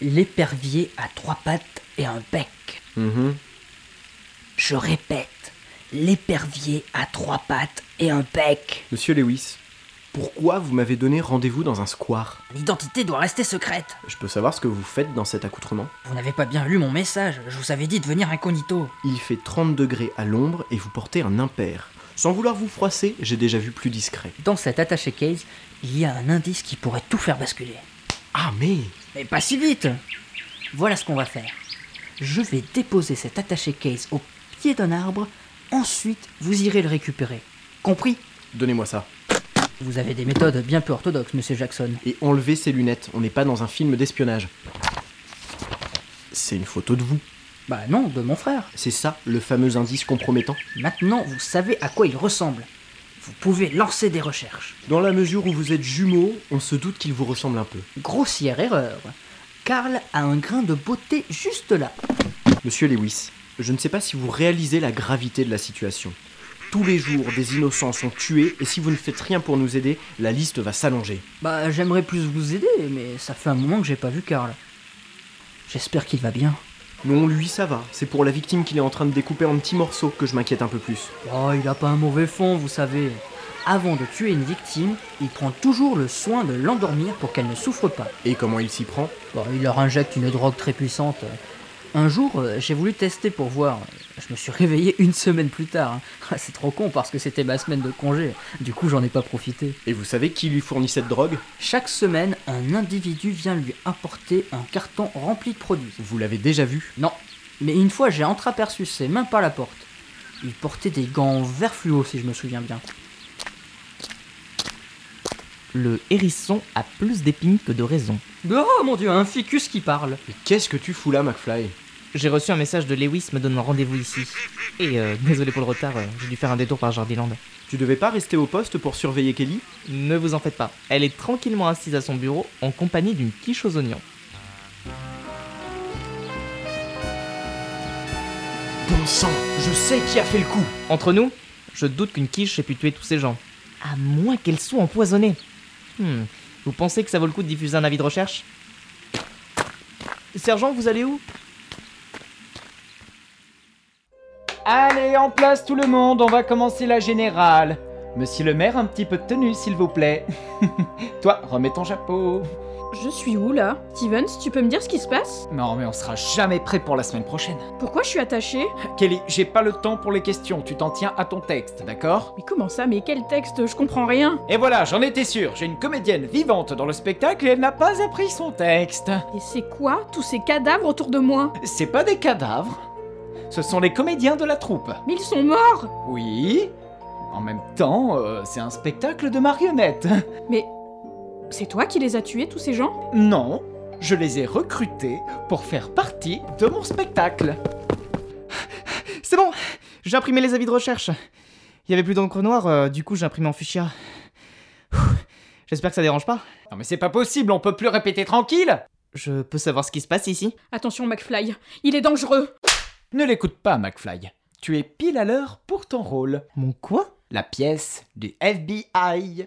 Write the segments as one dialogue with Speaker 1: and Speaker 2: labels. Speaker 1: l'épervier à trois pattes et un bec.
Speaker 2: Mhm.
Speaker 1: Je répète, l'épervier à trois pattes et un bec.
Speaker 2: Monsieur Lewis, pourquoi vous m'avez donné rendez-vous dans un square
Speaker 1: L'identité doit rester secrète.
Speaker 2: Je peux savoir ce que vous faites dans cet accoutrement
Speaker 1: Vous n'avez pas bien lu mon message, je vous avais dit de venir incognito.
Speaker 2: Il fait 30 degrés à l'ombre et vous portez un impair. Sans vouloir vous froisser, j'ai déjà vu plus discret.
Speaker 1: Dans cet attaché case, il y a un indice qui pourrait tout faire basculer.
Speaker 2: Ah mais
Speaker 1: Mais pas si vite Voilà ce qu'on va faire. Je vais déposer cet attaché case au pied d'un arbre, ensuite vous irez le récupérer. Compris
Speaker 2: Donnez-moi ça.
Speaker 1: Vous avez des méthodes bien peu orthodoxes, monsieur Jackson.
Speaker 2: Et enlevez ces lunettes, on n'est pas dans un film d'espionnage. C'est une photo de vous.
Speaker 1: Bah non, de mon frère.
Speaker 2: C'est ça, le fameux indice compromettant
Speaker 1: Maintenant, vous savez à quoi il ressemble. Vous pouvez lancer des recherches.
Speaker 2: Dans la mesure où vous êtes jumeaux, on se doute qu'il vous ressemble un peu.
Speaker 1: Grossière erreur. Karl a un grain de beauté juste là.
Speaker 2: Monsieur Lewis, je ne sais pas si vous réalisez la gravité de la situation. Tous les jours, des innocents sont tués, et si vous ne faites rien pour nous aider, la liste va s'allonger.
Speaker 1: Bah, j'aimerais plus vous aider, mais ça fait un moment que j'ai pas vu Karl. J'espère qu'il va bien.
Speaker 2: Non, lui, ça va. C'est pour la victime qu'il est en train de découper en petits morceaux que je m'inquiète un peu plus.
Speaker 1: Oh, il a pas un mauvais fond, vous savez. Avant de tuer une victime, il prend toujours le soin de l'endormir pour qu'elle ne souffre pas.
Speaker 2: Et comment il s'y prend
Speaker 1: Bon, il leur injecte une drogue très puissante. Un jour, euh, j'ai voulu tester pour voir. Je me suis réveillé une semaine plus tard. Ah, C'est trop con parce que c'était ma semaine de congé. Du coup, j'en ai pas profité.
Speaker 2: Et vous savez qui lui fournit cette drogue
Speaker 1: Chaque semaine, un individu vient lui apporter un carton rempli de produits.
Speaker 2: Vous l'avez déjà vu.
Speaker 1: Non, mais une fois, j'ai entreaperçu ses mains par la porte. Il portait des gants vert fluo, si je me souviens bien.
Speaker 3: Le hérisson a plus d'épines que de raison.
Speaker 1: Oh mon dieu, un ficus qui parle
Speaker 2: Mais qu'est-ce que tu fous là, McFly
Speaker 3: J'ai reçu un message de Lewis me donnant rendez-vous ici. Et euh, désolé pour le retard, euh, j'ai dû faire un détour par Jardiland.
Speaker 2: Tu devais pas rester au poste pour surveiller Kelly
Speaker 3: Ne vous en faites pas, elle est tranquillement assise à son bureau en compagnie d'une quiche aux oignons.
Speaker 2: Bon sang, je sais qui a fait le coup
Speaker 3: Entre nous, je doute qu'une quiche ait pu tuer tous ces gens. À moins qu'elle soit empoisonnée. Hmm, vous pensez que ça vaut le coup de diffuser un avis de recherche Sergent, vous allez où
Speaker 4: Allez, en place tout le monde, on va commencer la générale. Monsieur le maire, un petit peu de tenue, s'il vous plaît. Toi, remets ton chapeau.
Speaker 5: Je suis où là Stevens, tu peux me dire ce qui se passe
Speaker 4: Non, mais on sera jamais prêt pour la semaine prochaine.
Speaker 5: Pourquoi je suis attachée
Speaker 4: Kelly, j'ai pas le temps pour les questions, tu t'en tiens à ton texte, d'accord
Speaker 5: Mais comment ça Mais quel texte Je comprends rien.
Speaker 4: Et voilà, j'en étais sûr, j'ai une comédienne vivante dans le spectacle et elle n'a pas appris son texte.
Speaker 5: Et c'est quoi tous ces cadavres autour de moi
Speaker 4: C'est pas des cadavres, ce sont les comédiens de la troupe.
Speaker 5: Mais ils sont morts
Speaker 4: Oui. En même temps, euh, c'est un spectacle de marionnettes.
Speaker 5: Mais c'est toi qui les as tués tous ces gens
Speaker 4: Non, je les ai recrutés pour faire partie de mon spectacle.
Speaker 3: C'est bon J'ai imprimé les avis de recherche. Il y avait plus d'encre noire, euh, du coup j'ai imprimé en fuchsia. Ouh, J'espère que ça dérange pas.
Speaker 4: Non mais c'est pas possible, on peut plus répéter tranquille
Speaker 3: Je peux savoir ce qui se passe ici
Speaker 5: Attention McFly, il est dangereux
Speaker 4: Ne l'écoute pas, McFly. Tu es pile à l'heure pour ton rôle.
Speaker 3: Mon quoi
Speaker 4: La pièce du FBI.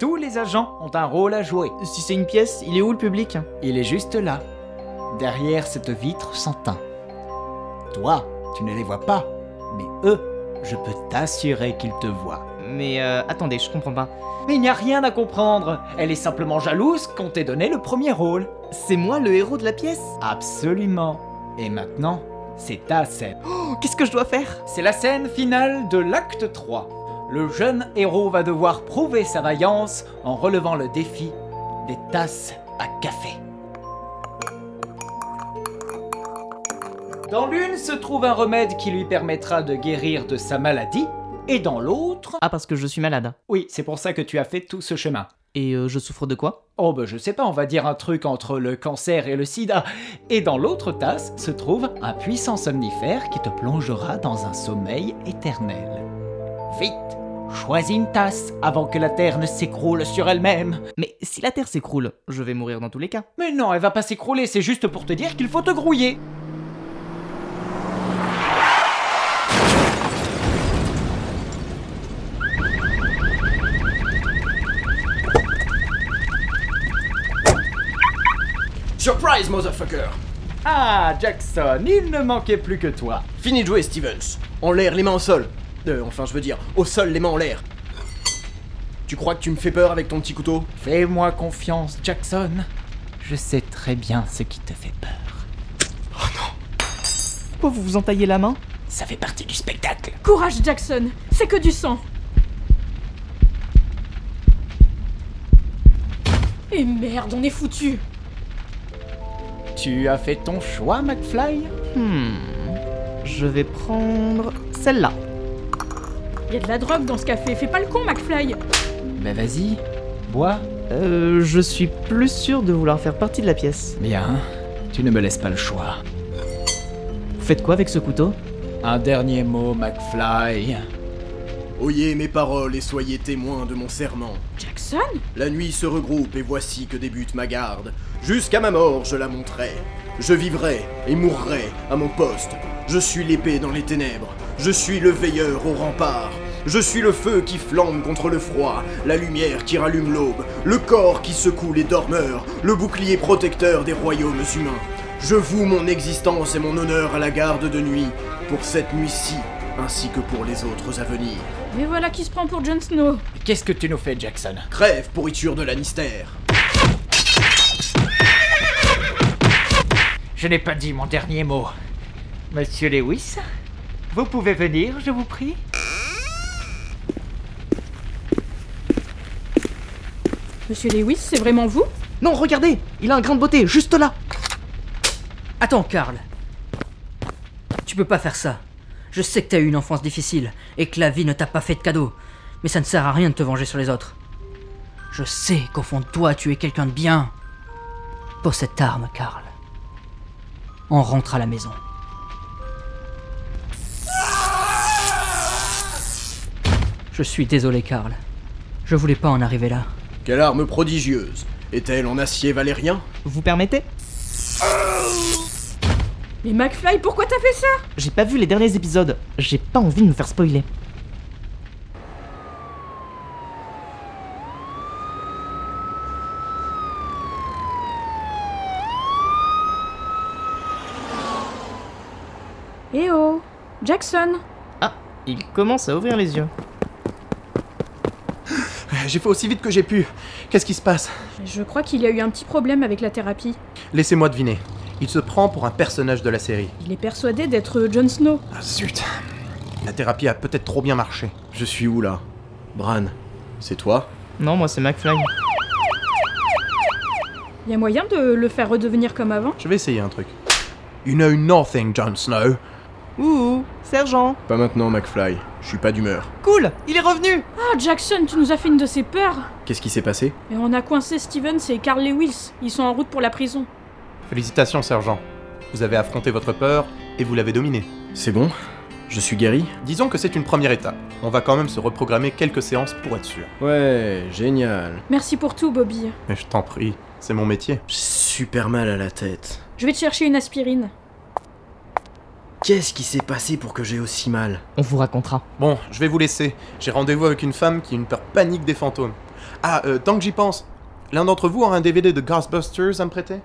Speaker 4: Tous les agents ont un rôle à jouer.
Speaker 3: Si c'est une pièce, il est où le public
Speaker 4: Il est juste là, derrière cette vitre sans teint. Toi, tu ne les vois pas, mais eux, je peux t'assurer qu'ils te voient.
Speaker 3: Mais euh, attendez, je comprends pas.
Speaker 4: Mais il n'y a rien à comprendre. Elle est simplement jalouse qu'on t'ait donné le premier rôle.
Speaker 3: C'est moi le héros de la pièce
Speaker 4: Absolument. Et maintenant, c'est ta scène.
Speaker 3: Oh, Qu'est-ce que je dois faire
Speaker 4: C'est la scène finale de l'acte 3. Le jeune héros va devoir prouver sa vaillance en relevant le défi des tasses à café. Dans l'une se trouve un remède qui lui permettra de guérir de sa maladie, et dans l'autre...
Speaker 3: Ah parce que je suis malade.
Speaker 4: Oui, c'est pour ça que tu as fait tout ce chemin.
Speaker 3: Et euh, je souffre de quoi
Speaker 4: Oh ben je sais pas, on va dire un truc entre le cancer et le sida. Et dans l'autre tasse se trouve un puissant somnifère qui te plongera dans un sommeil éternel. Vite, choisis une tasse avant que la Terre ne s'écroule sur elle-même.
Speaker 3: Mais si la Terre s'écroule, je vais mourir dans tous les cas.
Speaker 4: Mais non, elle va pas s'écrouler, c'est juste pour te dire qu'il faut te grouiller.
Speaker 2: Surprise, motherfucker
Speaker 4: Ah, Jackson, il ne manquait plus que toi.
Speaker 2: Fini de jouer, Stevens En l'air, les mains au sol Euh, Enfin, je veux dire, au sol, les mains en l'air Tu crois que tu me fais peur avec ton petit couteau
Speaker 4: Fais-moi confiance, Jackson. Je sais très bien ce qui te fait peur.
Speaker 3: Pourquoi vous vous entaillez la main
Speaker 4: Ça fait partie du spectacle.
Speaker 5: Courage, Jackson, c'est que du sang. Et merde, on est foutu.
Speaker 4: Tu as fait ton choix, McFly
Speaker 3: Hmm. Je vais prendre celle-là.
Speaker 5: Y a de la drogue dans ce café, fais pas le con, McFly.
Speaker 4: Ben vas-y, bois.
Speaker 3: Euh, je suis plus sûr de vouloir faire partie de la pièce.
Speaker 4: Bien, tu ne me laisses pas le choix.
Speaker 3: Vous faites quoi avec ce couteau
Speaker 4: Un dernier mot, McFly.
Speaker 2: Oyez mes paroles et soyez témoins de mon serment.
Speaker 5: Jackson
Speaker 2: La nuit se regroupe et voici que débute ma garde. Jusqu'à ma mort, je la monterai. Je vivrai et mourrai à mon poste. Je suis l'épée dans les ténèbres. Je suis le veilleur au rempart. Je suis le feu qui flambe contre le froid, la lumière qui rallume l'aube, le corps qui secoue les dormeurs, le bouclier protecteur des royaumes humains. Je voue mon existence et mon honneur à la garde de nuit, pour cette nuit-ci, ainsi que pour les autres à venir.
Speaker 5: Mais voilà qui se prend pour Jon Snow.
Speaker 4: Qu'est-ce que tu nous fais, Jackson
Speaker 2: Crève, pourriture de Lannister
Speaker 4: Je n'ai pas dit mon dernier mot. Monsieur Lewis, vous pouvez venir, je vous prie
Speaker 5: Monsieur Lewis, c'est vraiment vous
Speaker 3: Non, regardez Il a un grain de beauté, juste là
Speaker 1: Attends, Karl. Tu peux pas faire ça. Je sais que t'as eu une enfance difficile et que la vie ne t'a pas fait de cadeau. Mais ça ne sert à rien de te venger sur les autres. Je sais qu'au fond de toi, tu es quelqu'un de bien. Pose cette arme, Karl. On rentre à la maison. Je suis désolé, Karl. Je voulais pas en arriver là.
Speaker 2: Quelle arme prodigieuse Est-elle en acier valérien
Speaker 3: Vous permettez
Speaker 5: Mais McFly, pourquoi t'as fait ça
Speaker 3: J'ai pas vu les derniers épisodes, j'ai pas envie de me faire spoiler.
Speaker 5: Eh oh Jackson
Speaker 3: Ah, il commence à ouvrir les yeux.
Speaker 2: Euh, J'ai fait aussi vite que j'ai pu. Qu'est-ce qui se passe
Speaker 5: Je crois qu'il y a eu un petit problème avec la thérapie.
Speaker 2: Laissez-moi deviner. Il se prend pour un personnage de la série.
Speaker 5: Il est persuadé d'être Jon Snow.
Speaker 2: Ah zut La thérapie a peut-être trop bien marché. Je suis où là Bran, c'est toi
Speaker 3: Non, moi c'est McFly.
Speaker 5: Y a moyen de le faire redevenir comme avant
Speaker 2: Je vais essayer un truc. You know nothing, Jon Snow.
Speaker 3: Ouh, sergent
Speaker 2: Pas maintenant, McFly. Je suis pas d'humeur.
Speaker 3: Cool, il est revenu
Speaker 5: Ah, Jackson, tu nous as fait une de ces peurs
Speaker 2: Qu'est-ce qui s'est passé
Speaker 5: Mais on a coincé Stevens et Carl Lewis. Ils sont en route pour la prison.
Speaker 6: Félicitations, sergent. Vous avez affronté votre peur et vous l'avez dominée.
Speaker 2: C'est bon Je suis guéri
Speaker 6: Disons que c'est une première étape. On va quand même se reprogrammer quelques séances pour être sûr.
Speaker 2: Ouais, génial.
Speaker 5: Merci pour tout, Bobby.
Speaker 6: Mais je t'en prie, c'est mon métier.
Speaker 2: Super mal à la tête.
Speaker 5: Je vais te chercher une aspirine.
Speaker 2: Qu'est-ce qui s'est passé pour que j'ai aussi mal
Speaker 3: On vous racontera.
Speaker 6: Bon, je vais vous laisser. J'ai rendez-vous avec une femme qui a une peur panique des fantômes. Ah, euh, tant que j'y pense, l'un d'entre vous aura un DVD de Ghostbusters à me prêter